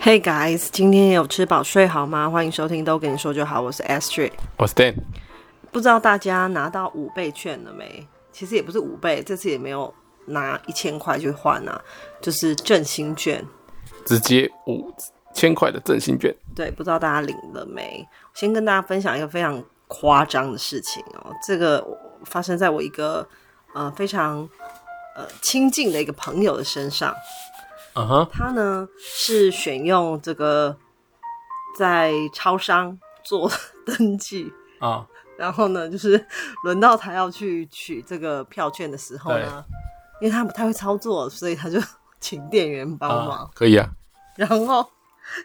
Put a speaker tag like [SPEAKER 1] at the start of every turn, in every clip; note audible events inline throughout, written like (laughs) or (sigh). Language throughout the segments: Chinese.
[SPEAKER 1] Hey guys，今天有吃饱睡好吗？欢迎收听都跟你说就好，我是 Astrid。
[SPEAKER 2] 我是 Dan，
[SPEAKER 1] 不知道大家拿到五倍券了没？其实也不是五倍，这次也没有拿一千块去换啊，就是振兴券。
[SPEAKER 2] 直接五千块的振兴券，
[SPEAKER 1] 对，不知道大家领了没？先跟大家分享一个非常夸张的事情哦，这个发生在我一个呃非常呃亲近的一个朋友的身上。
[SPEAKER 2] 嗯哼，
[SPEAKER 1] 他呢是选用这个在超商做登记，
[SPEAKER 2] 啊，
[SPEAKER 1] 然后呢，就是 (laughs) 轮到他要去取这个票券的时候呢，因为他不太会操作，所以他就 (laughs) 请店员帮忙。
[SPEAKER 2] 啊，可以啊，
[SPEAKER 1] 然后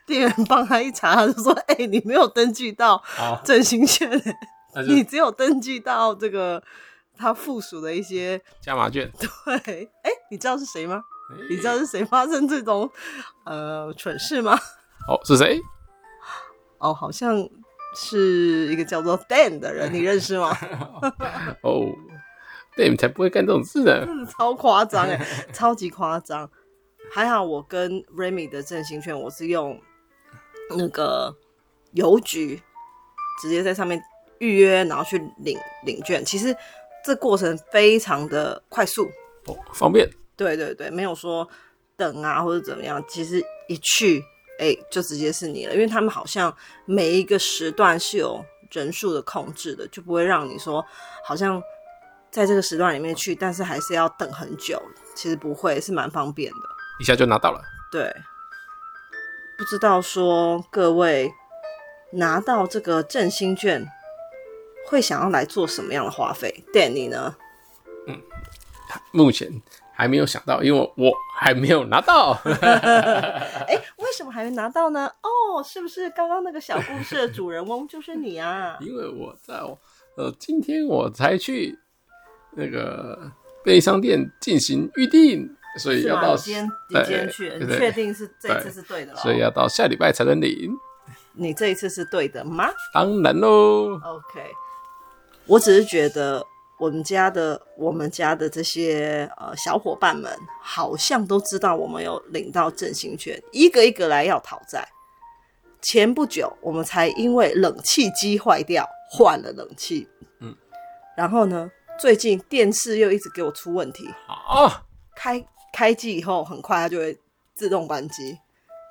[SPEAKER 1] 店员帮他一查，他就说：“哎、你没有登记到
[SPEAKER 2] 好，
[SPEAKER 1] 振兴券、
[SPEAKER 2] 那就
[SPEAKER 1] 你只有登记到这个他附属的一些
[SPEAKER 2] 加码券，
[SPEAKER 1] 对。哎、你知道是谁吗？
[SPEAKER 2] 哎
[SPEAKER 1] 你知道是谁发生这种呃蠢事吗？
[SPEAKER 2] 哦，是谁？
[SPEAKER 1] 哦，好像是一个叫做 Dan 的人，你认识吗？”
[SPEAKER 2] 哦，对，你们才不会干这种事呢。
[SPEAKER 1] 真的 (laughs) 超夸张哎，超级夸张。还好我跟 Remy 的振兴券，我是用那个邮局直接在上面预约，然后去领领券。其实这过程非常的快速，
[SPEAKER 2] 哦，方便，
[SPEAKER 1] 对对对，没有说等啊或者怎么样，其实一去哎、就直接是你了，因为他们好像每一个时段是有人数的控制的，就不会让你说好像在这个时段里面去，但是还是要等很久，其实不会，是蛮方便的。
[SPEAKER 2] 一下就拿到了。
[SPEAKER 1] 对，不知道说各位拿到这个振兴券会想要来做什么样的花费？Dan 你呢？
[SPEAKER 2] 目前还没有想到，因为我还没有拿到。？
[SPEAKER 1] 哎，为什么还没拿到呢？哦，是不是刚刚那个小故事的主人翁就是你啊
[SPEAKER 2] (laughs) 因为我在呃，今天我才去那个便利商店进行预定，所以
[SPEAKER 1] 是
[SPEAKER 2] 要
[SPEAKER 1] 吗？
[SPEAKER 2] 到
[SPEAKER 1] 你今天你今天去，
[SPEAKER 2] 对
[SPEAKER 1] 你
[SPEAKER 2] 对
[SPEAKER 1] 确定是这一次
[SPEAKER 2] 对
[SPEAKER 1] 是对的了？哦
[SPEAKER 2] 所以要到下礼拜才能领。
[SPEAKER 1] 你这一次是对的吗
[SPEAKER 2] 当然喽，
[SPEAKER 1] ？OK，我只是觉得我们家的我们家的这些呃小伙伴们好像都知道我们有领到振兴券，一个一个来要讨债。前不久我们才因为冷气机坏掉换了冷气，
[SPEAKER 2] 嗯，
[SPEAKER 1] 然后呢，最近电视又一直给我出问题，
[SPEAKER 2] 好、啊，
[SPEAKER 1] 开开机以后，很快它就会自动关机，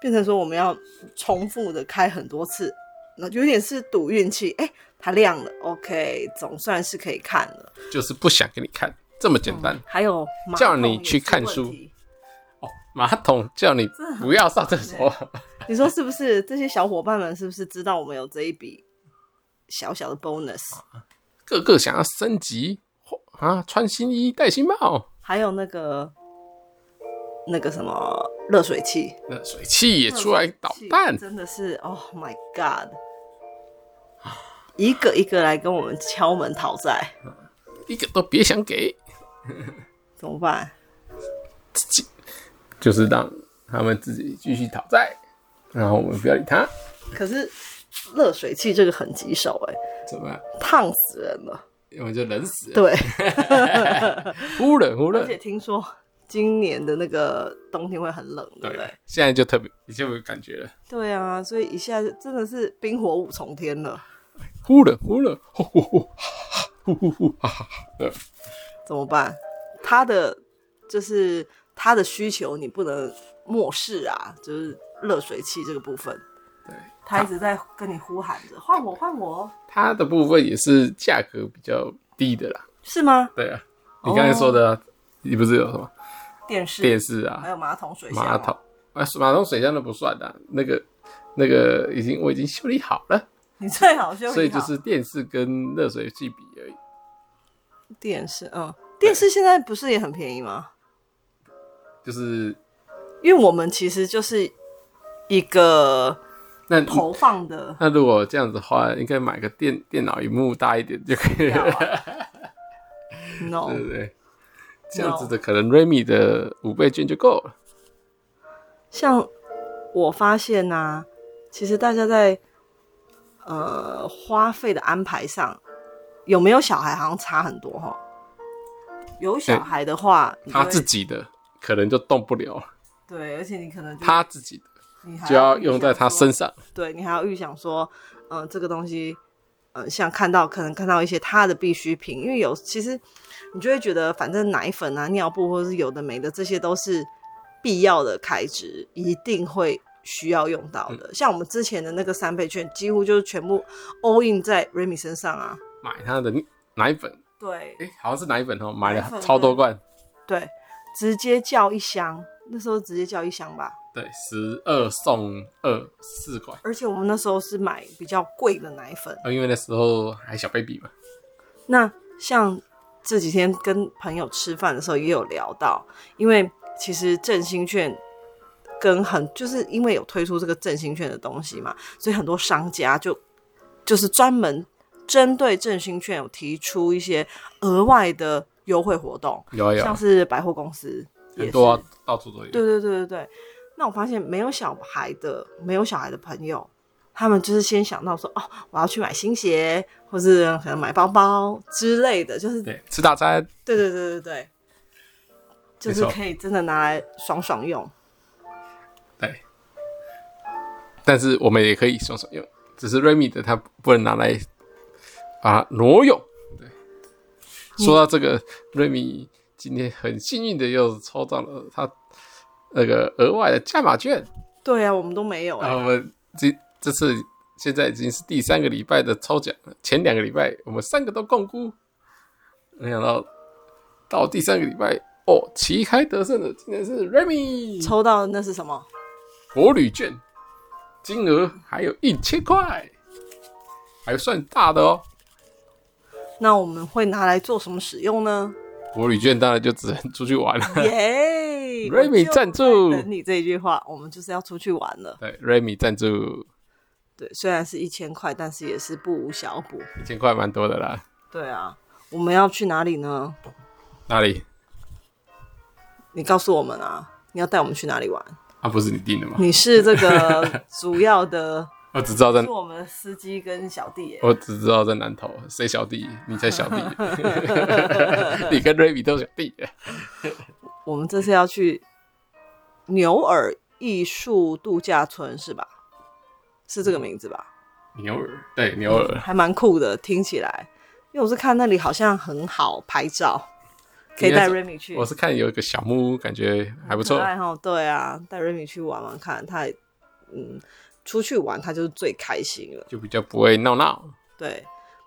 [SPEAKER 1] 变成说我们要重复的开很多次，那有点是赌运气。哎、它亮了，OK，总算是可以看了。
[SPEAKER 2] 就是不想给你看，这么简单。
[SPEAKER 1] 还有马桶
[SPEAKER 2] 叫你去看
[SPEAKER 1] 也是
[SPEAKER 2] 书
[SPEAKER 1] 问题，
[SPEAKER 2] 哦，马桶叫你不要上厕所，
[SPEAKER 1] 你说是不是？这些小伙伴们是不是知道我们有这一笔小小的 bonus？
[SPEAKER 2] 个个想要升级啊，穿新衣戴新帽，
[SPEAKER 1] 还有那个那个什么热水器，
[SPEAKER 2] 那水汽也出来捣蛋，
[SPEAKER 1] 真的是 Oh my God！一个一个来跟我们敲门讨债，
[SPEAKER 2] 一个都别想给，
[SPEAKER 1] 怎么办？
[SPEAKER 2] 就是让他们自己继续讨债，然后我们不要理他，
[SPEAKER 1] 可是热水器这个很棘手哎、
[SPEAKER 2] 怎么办？
[SPEAKER 1] 烫死人了。
[SPEAKER 2] 我们就冷死了，
[SPEAKER 1] 对，
[SPEAKER 2] 忽冷忽
[SPEAKER 1] 而
[SPEAKER 2] 热
[SPEAKER 1] 且。听说今年的那个冬天会很冷，对不
[SPEAKER 2] 对
[SPEAKER 1] 对？，
[SPEAKER 2] 现在就特别，就有感觉了，
[SPEAKER 1] 对啊，所以一下子真的是冰火五重天了，
[SPEAKER 2] 忽冷忽热，呼呼呼，哈哈呼呼呼，哈哈哈。对
[SPEAKER 1] 怎么办？他的就是他的需求，你不能漠视啊，就是热水器这个部分。
[SPEAKER 2] 对，
[SPEAKER 1] 他一直在跟你呼喊着换我换我，
[SPEAKER 2] 它的部分也是价格比较低的啦。
[SPEAKER 1] 是吗？
[SPEAKER 2] 对啊，你刚才说的，
[SPEAKER 1] 哦
[SPEAKER 2] 你不是有什么
[SPEAKER 1] 电视、
[SPEAKER 2] 电视
[SPEAKER 1] 还
[SPEAKER 2] 啊、
[SPEAKER 1] 有马桶水箱、哦
[SPEAKER 2] 马桶，啊，马桶水箱都不算的、那个那个已经我已经修理好了，
[SPEAKER 1] 你最好修理好
[SPEAKER 2] 所以就是电视跟热水器比而已。
[SPEAKER 1] 电视，嗯，电视现在不是也很便宜吗？
[SPEAKER 2] 就是
[SPEAKER 1] 因为我们其实就是一个
[SPEAKER 2] 那，
[SPEAKER 1] 投放的
[SPEAKER 2] 那如果这样子的话，应该买个电电脑荧幕大一点就可以
[SPEAKER 1] 要
[SPEAKER 2] (laughs) 了，
[SPEAKER 1] 啊 no，
[SPEAKER 2] 对不对？这样子的可能 Remy 的五倍券就够了。
[SPEAKER 1] 像我发现呐、其实大家在呃花费的安排上，有没有小孩好像差很多哈。有小孩的话，你就
[SPEAKER 2] 他
[SPEAKER 1] 会嗯
[SPEAKER 2] 自己的可能就动不了，
[SPEAKER 1] 对，而且你可能就
[SPEAKER 2] 他自己的
[SPEAKER 1] 你还
[SPEAKER 2] 就要用在他身上。
[SPEAKER 1] 对你还要预想说，嗯、这个东西，嗯、像看到可能看到一些它的必需品，因为有其实你就会觉得，反正奶粉啊、尿布或者是有的没的，这些都是必要的开支，一定会需要用到的。像我们之前的那个三倍券，几乎就是全部 all in 在 Remy 身上啊。
[SPEAKER 2] 买他的奶粉，
[SPEAKER 1] 对
[SPEAKER 2] 哎、好像是奶粉哦，买
[SPEAKER 1] 奶
[SPEAKER 2] 了
[SPEAKER 1] 粉
[SPEAKER 2] 超多罐，
[SPEAKER 1] 对，直接叫一箱，那时候直接叫一箱吧。
[SPEAKER 2] 对，十二送二四罐。
[SPEAKER 1] 而且我们那时候是买比较贵的奶粉，
[SPEAKER 2] 呃因为那时候还小 baby 嘛，
[SPEAKER 1] 那像这几天跟朋友吃饭的时候也有聊到，因为其实振兴券跟很就是因为有推出这个振兴券的东西嘛，所以很多商家就就是专门针对振兴券有提出一些额外的优惠活动，
[SPEAKER 2] 有啊有
[SPEAKER 1] 像
[SPEAKER 2] 啊
[SPEAKER 1] 是百货公司也
[SPEAKER 2] 很
[SPEAKER 1] 是
[SPEAKER 2] 多啊、到处都有。
[SPEAKER 1] 对对对对对。那我发现没有小孩的，没有小孩的朋友，他们就是先想到说，哦，我要去买新鞋，或是可能买包包之类的，就是
[SPEAKER 2] 对，吃大餐，
[SPEAKER 1] 对对对对对，就
[SPEAKER 2] 没
[SPEAKER 1] 是
[SPEAKER 2] 错
[SPEAKER 1] 可以真的拿来爽爽用。
[SPEAKER 2] 对。但是我们也可以双手用，只是 Remy 的他不能拿来把它挪用。对，说到这个、瑞 r e m y 今天很幸运的又抽到了他那个额外的加码券，
[SPEAKER 1] 对啊，我们都没有、
[SPEAKER 2] 然后
[SPEAKER 1] 欸，
[SPEAKER 2] 我们这这次现在已经是第三个礼拜的抽奖了，前两个礼拜我们三个都共估，没想到到第三个礼拜哦，旗开得胜的竟然是 Remy
[SPEAKER 1] 抽到的那是什么？
[SPEAKER 2] 国旅券，金额还有一千块，还算大的哦。
[SPEAKER 1] 那我们会拿来做什么使用
[SPEAKER 2] (laughs)
[SPEAKER 1] 呢？
[SPEAKER 2] 国旅券当然就只能出去玩了。
[SPEAKER 1] 耶
[SPEAKER 2] Remy 赞助
[SPEAKER 1] 等你这一句话，我们就是要出去玩了。
[SPEAKER 2] 对，Remy 赞助
[SPEAKER 1] 对，虽然是一千块，但是也是不无小补。
[SPEAKER 2] 一千块，蛮多的啦。
[SPEAKER 1] 对啊，我们要去哪里呢？
[SPEAKER 2] 哪里？
[SPEAKER 1] 你告诉我们啊，你要带我们去哪里玩？
[SPEAKER 2] 啊，不是你定的吗？
[SPEAKER 1] 你是这
[SPEAKER 2] (laughs)
[SPEAKER 1] 个主要的，
[SPEAKER 2] 我只知道在
[SPEAKER 1] 是，我们的司机跟小弟耶。
[SPEAKER 2] 我只知道在南投。谁小弟？你才小弟。 (laughs) 你跟 Remy 都小弟。
[SPEAKER 1] 我们这次要去牛耳艺术度假村是吧？是这个名字吧？
[SPEAKER 2] 牛耳，对牛耳，
[SPEAKER 1] 还蛮酷的，听起来。因为我是看那里好像很好拍照，可以带
[SPEAKER 2] 应该
[SPEAKER 1] Remy 去。
[SPEAKER 2] 我是看有一个小木屋，感觉还不错
[SPEAKER 1] 可。爱哈，对啊，带 Remy 去玩玩看，他也嗯出去玩他就是最开心了。
[SPEAKER 2] 就比较不会闹闹，
[SPEAKER 1] 对，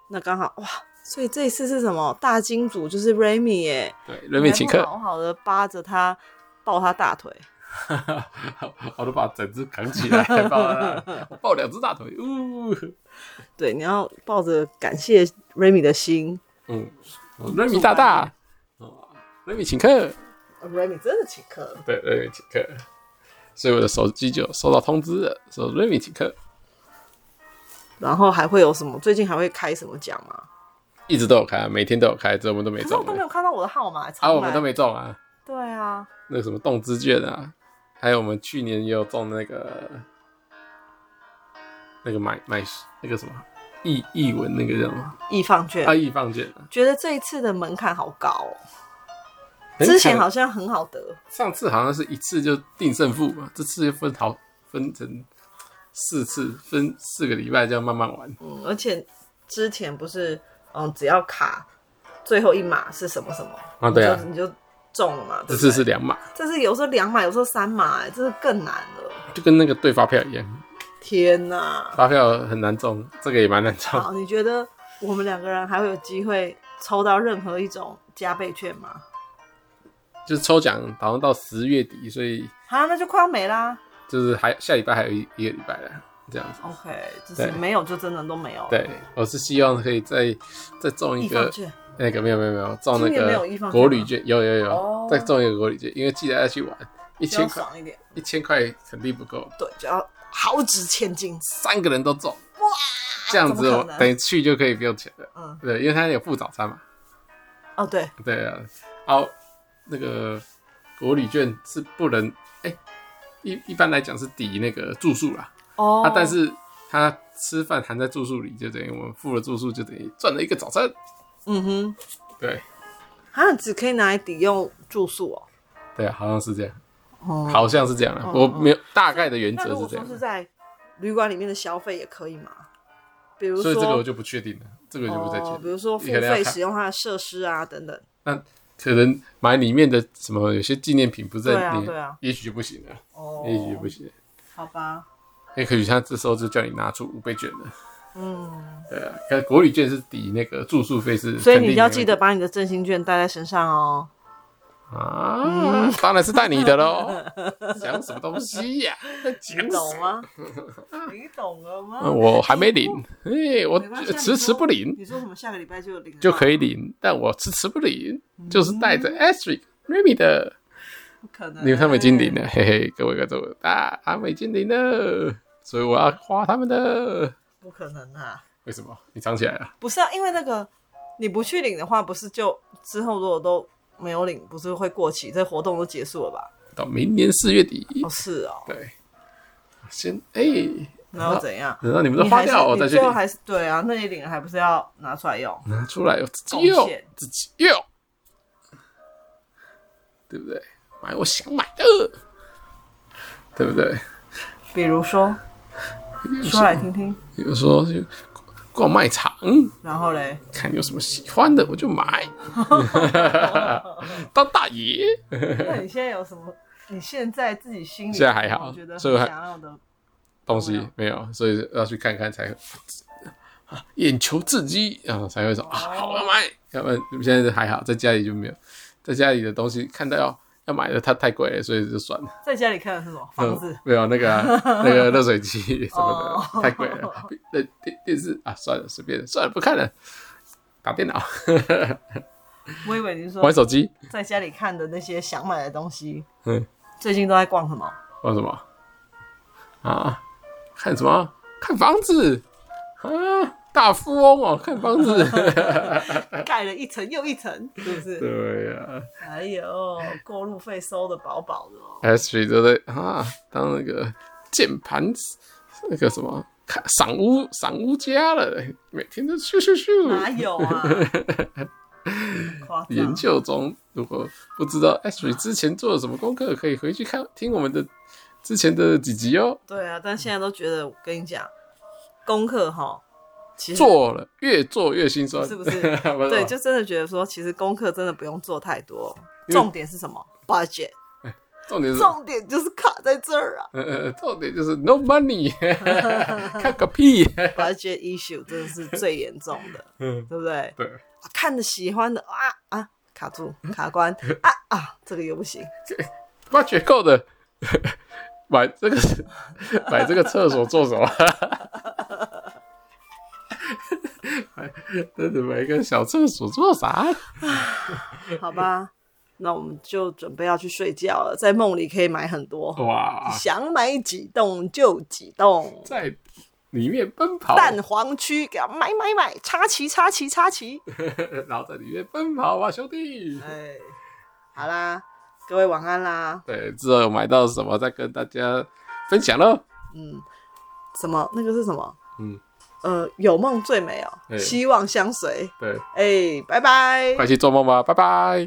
[SPEAKER 1] 那刚好哇，所以这一次是什么大金主就是 Remy 耶
[SPEAKER 2] 对，Remy 请
[SPEAKER 1] 然
[SPEAKER 2] 客
[SPEAKER 1] 后，好好的扒着他，抱他大腿。
[SPEAKER 2] (laughs) 我都把整只扛起来，抱了，我 (laughs) 抱两只大腿，呜，
[SPEAKER 1] 对，你要抱着感谢 Remy 的心。
[SPEAKER 2] 嗯，瑞米大大，哦，瑞米请客，
[SPEAKER 1] 呃 Remy 真的请客了，
[SPEAKER 2] 对，瑞米请客，所以我的手机就收到通知了，说瑞米请客，
[SPEAKER 1] 然后还会有什么？最近还会开什么奖吗？
[SPEAKER 2] 一直都有开，啊每天都有开，只是我们都没
[SPEAKER 1] 可是我
[SPEAKER 2] 中
[SPEAKER 1] 都没有看到我的号码，
[SPEAKER 2] 啊，
[SPEAKER 1] 从
[SPEAKER 2] 我们
[SPEAKER 1] 来
[SPEAKER 2] 都没中啊，
[SPEAKER 1] 对啊，
[SPEAKER 2] 那个什么动资券啊，还有我们去年也有中那个那个买买那个什么译译文那个叫什么
[SPEAKER 1] 易放券
[SPEAKER 2] 啊，译放券啊，
[SPEAKER 1] 觉得这一次的门槛好高哦。
[SPEAKER 2] 很
[SPEAKER 1] 之前
[SPEAKER 2] 可
[SPEAKER 1] 好像很好得，
[SPEAKER 2] 哎上次好像是一次就定胜负嘛，这次就分好分成四次，分四个礼拜这样慢慢玩。
[SPEAKER 1] 嗯，而且之前不是，嗯，只要卡最后一码是什么什么
[SPEAKER 2] 啊对啊
[SPEAKER 1] 你就你就中了嘛。对
[SPEAKER 2] 这
[SPEAKER 1] 不
[SPEAKER 2] 次
[SPEAKER 1] 对
[SPEAKER 2] 是两码，
[SPEAKER 1] 这是有时候两码，有时候三码、哎，这是更难了。
[SPEAKER 2] 就跟那个对发票一样，
[SPEAKER 1] 天哪！
[SPEAKER 2] 发票很难中，这个也蛮难中。
[SPEAKER 1] 好，你觉得我们两个人还会有机会抽到任何一种加倍券吗？
[SPEAKER 2] 就是抽奖好像到十月底，所以
[SPEAKER 1] 啊，那就快要没啦。
[SPEAKER 2] 就是还下礼拜还有一一个礼拜了，这样子。
[SPEAKER 1] OK，就是
[SPEAKER 2] 对
[SPEAKER 1] 没有就真的都没有。，
[SPEAKER 2] 对，我是希望可以再再中一
[SPEAKER 1] 易放
[SPEAKER 2] 个
[SPEAKER 1] 券
[SPEAKER 2] 那个没有没有没有中那
[SPEAKER 1] 今年没
[SPEAKER 2] 个
[SPEAKER 1] 有一方券吗
[SPEAKER 2] 国旅券，有有
[SPEAKER 1] 哦
[SPEAKER 2] 有，再中一个国旅券，因为记得要去玩，一
[SPEAKER 1] 比较
[SPEAKER 2] 千块
[SPEAKER 1] 爽一点，
[SPEAKER 2] 一千块肯定不够，
[SPEAKER 1] 对，就要豪掷千金。
[SPEAKER 2] 三个人都中，哇！这样子
[SPEAKER 1] 怎么
[SPEAKER 2] 我
[SPEAKER 1] 可能
[SPEAKER 2] 等于去就可以不用钱了。
[SPEAKER 1] 嗯，
[SPEAKER 2] 对，因为他有付早餐嘛。
[SPEAKER 1] 哦对，
[SPEAKER 2] 对啊，哦，那个国旅券是不能，哎、一一般来讲是抵那个住宿啦。
[SPEAKER 1] 哦，
[SPEAKER 2] 啊，但是他吃饭含在住宿里，就等于我们付了住宿，就等于赚了一个早餐。
[SPEAKER 1] 嗯哼，
[SPEAKER 2] 对，
[SPEAKER 1] 啊，只可以拿来抵用住宿哦。
[SPEAKER 2] 对啊，好像是这样。
[SPEAKER 1] 哦，
[SPEAKER 2] 好像是这样的，
[SPEAKER 1] 哦
[SPEAKER 2] 我没有大概的原
[SPEAKER 1] 那
[SPEAKER 2] 则
[SPEAKER 1] 如
[SPEAKER 2] 是
[SPEAKER 1] 果
[SPEAKER 2] 这
[SPEAKER 1] 说
[SPEAKER 2] 样
[SPEAKER 1] 是
[SPEAKER 2] 的，
[SPEAKER 1] 在旅馆里面的消费也可以吗？比如说，
[SPEAKER 2] 所以这个我就不确定了，这个就不再确
[SPEAKER 1] 哦，比
[SPEAKER 2] 定。
[SPEAKER 1] 如说付
[SPEAKER 2] 你可能要
[SPEAKER 1] 费
[SPEAKER 2] 看
[SPEAKER 1] 使用它的设施啊等等。
[SPEAKER 2] 可能买里面的什么有些纪念品不在
[SPEAKER 1] 对啊
[SPEAKER 2] 里面，
[SPEAKER 1] 对啊
[SPEAKER 2] 也许就不行了，
[SPEAKER 1] 哦，
[SPEAKER 2] 也许就不行，
[SPEAKER 1] 好吧，
[SPEAKER 2] 也可许他这时候就叫你拿出五倍券了。
[SPEAKER 1] 嗯，
[SPEAKER 2] 对啊，可国旅券是抵那个住宿费是，
[SPEAKER 1] 所以你要记得把你的振兴券带在身上哦。嗯
[SPEAKER 2] 啊，当然是带你的喽，
[SPEAKER 1] (laughs)
[SPEAKER 2] 讲什么东西呀、
[SPEAKER 1] 你懂啊吗？你懂了吗？
[SPEAKER 2] 嗯我还没领，哎、我
[SPEAKER 1] 没关系啊
[SPEAKER 2] 迟迟不领
[SPEAKER 1] 你说什么下个礼拜就领
[SPEAKER 2] 就可
[SPEAKER 1] 以？
[SPEAKER 2] 以领，但我迟迟不领，就是带着
[SPEAKER 1] 嗯
[SPEAKER 2] Asric Remy 的，
[SPEAKER 1] 不可能，啊
[SPEAKER 2] 因为他们已经领
[SPEAKER 1] 哎
[SPEAKER 2] 了，嘿嘿，各位观众，啊，他们已经领了，所以我要花他们的，
[SPEAKER 1] 不可能啊！
[SPEAKER 2] 为什么？你藏起来了？
[SPEAKER 1] 不是啊，因为那个你不去领的话，不是就之后如果都没有领，不是会过期？这活动都结束了吧？
[SPEAKER 2] 到明年四月底，
[SPEAKER 1] 哦，是哦，
[SPEAKER 2] 对，先哎、
[SPEAKER 1] 然后怎样？
[SPEAKER 2] 等到你们都
[SPEAKER 1] 你
[SPEAKER 2] 花
[SPEAKER 1] 还是
[SPEAKER 2] 掉，我
[SPEAKER 1] 你
[SPEAKER 2] 再去
[SPEAKER 1] 最后
[SPEAKER 2] 领。
[SPEAKER 1] 还是对啊，那你领了还不是要拿出来用？
[SPEAKER 2] 拿出来，我自己
[SPEAKER 1] 贡
[SPEAKER 2] 用
[SPEAKER 1] 献，
[SPEAKER 2] 自己用，对不对？买我想买的，对不对？
[SPEAKER 1] 比如说，说来听听。
[SPEAKER 2] 比如说去逛卖场，
[SPEAKER 1] 然后嘞，
[SPEAKER 2] 看有什么喜欢的我就 (laughs) 买，当大爷。
[SPEAKER 1] 那你现在有什么？你现在自己心里
[SPEAKER 2] 现在还好
[SPEAKER 1] 觉得
[SPEAKER 2] 所以我
[SPEAKER 1] 很
[SPEAKER 2] 还
[SPEAKER 1] 想要的，
[SPEAKER 2] 东西没有，所以要去看看才啊眼球刺激啊，才会说啊，好我要买。要不然现在还好，在家里就没有，在家里的东西看到要要买的它太贵了，所以就算了。
[SPEAKER 1] 在家里看的是什么房子
[SPEAKER 2] 嗯？没有
[SPEAKER 1] (laughs)
[SPEAKER 2] 那个啊、那个热水器 (laughs) 什么
[SPEAKER 1] 哦
[SPEAKER 2] 的，太贵了。那电电视啊，算了，随便算了，不看了，打电
[SPEAKER 1] (laughs)
[SPEAKER 2] 脑，
[SPEAKER 1] 我以为你是说
[SPEAKER 2] 玩手机，
[SPEAKER 1] 在家里看的那些想买的东西，
[SPEAKER 2] 嗯，
[SPEAKER 1] (laughs) 最近都在逛什么？
[SPEAKER 2] 玩哦什么？啊，看什么？看房子啊，大富翁哦，看房子。
[SPEAKER 1] 盖了一层又一层，是不是？
[SPEAKER 2] 对呀、
[SPEAKER 1] 哎呦，过路费收的饱饱的
[SPEAKER 2] (laughs)
[SPEAKER 1] 哦。
[SPEAKER 2] 啊、，S 都在啊，当那个键盘那个什么。看赏屋赏屋家了，每天都咻咻
[SPEAKER 1] 哪
[SPEAKER 2] 咻。
[SPEAKER 1] 有啊？夸
[SPEAKER 2] 研
[SPEAKER 1] 张！
[SPEAKER 2] 究中，如果不知道 Ashley 之前做了什么功课，可以回去看听我们的之前的几集哦。
[SPEAKER 1] 对啊，但现在都觉得，我跟你讲，功课哈，其实
[SPEAKER 2] 做了，越做越心酸，
[SPEAKER 1] 是不是
[SPEAKER 2] (laughs) 不
[SPEAKER 1] 对，就真的觉得说，其实功课真的不用做太多。
[SPEAKER 2] 因为
[SPEAKER 1] 重点是什么？budget，
[SPEAKER 2] 重点是，
[SPEAKER 1] 重点就是卡在这
[SPEAKER 2] (laughs)。
[SPEAKER 1] 儿啊
[SPEAKER 2] 呃呃，重点就是 no money，看个屁。
[SPEAKER 1] budget issue 真的是最严重的，
[SPEAKER 2] (laughs) 嗯，
[SPEAKER 1] 对不对？
[SPEAKER 2] 对，
[SPEAKER 1] 啊看着喜欢的啊啊，卡住
[SPEAKER 2] 嗯
[SPEAKER 1] 卡
[SPEAKER 2] (laughs)
[SPEAKER 1] 关啊啊，这个又不行。
[SPEAKER 2] 挖掘够的，买这个买这个厕所做什么？ (laughs) 买真的买一个小厕所做啥？
[SPEAKER 1] 好吧，那我们就准备要去睡觉了。在梦里可以买很多，
[SPEAKER 2] 哇，
[SPEAKER 1] (laughs) 想买几栋就几栋。
[SPEAKER 2] 在里面奔跑， (laughs)
[SPEAKER 1] 蛋黄区给它买买买，插旗插旗插
[SPEAKER 2] (laughs)
[SPEAKER 1] 旗。
[SPEAKER 2] 然后在里面奔跑啊，兄弟。
[SPEAKER 1] 哎，好啦，各位晚安啦。
[SPEAKER 2] 对，之后有买到什么再跟大家分享喽。
[SPEAKER 1] 嗯，什么那个是什么？
[SPEAKER 2] 嗯，哎
[SPEAKER 1] 呃，有梦最美哦，
[SPEAKER 2] 对
[SPEAKER 1] 希望相随。
[SPEAKER 2] 对，
[SPEAKER 1] 哎，拜拜。
[SPEAKER 2] 快去做梦吧，拜拜。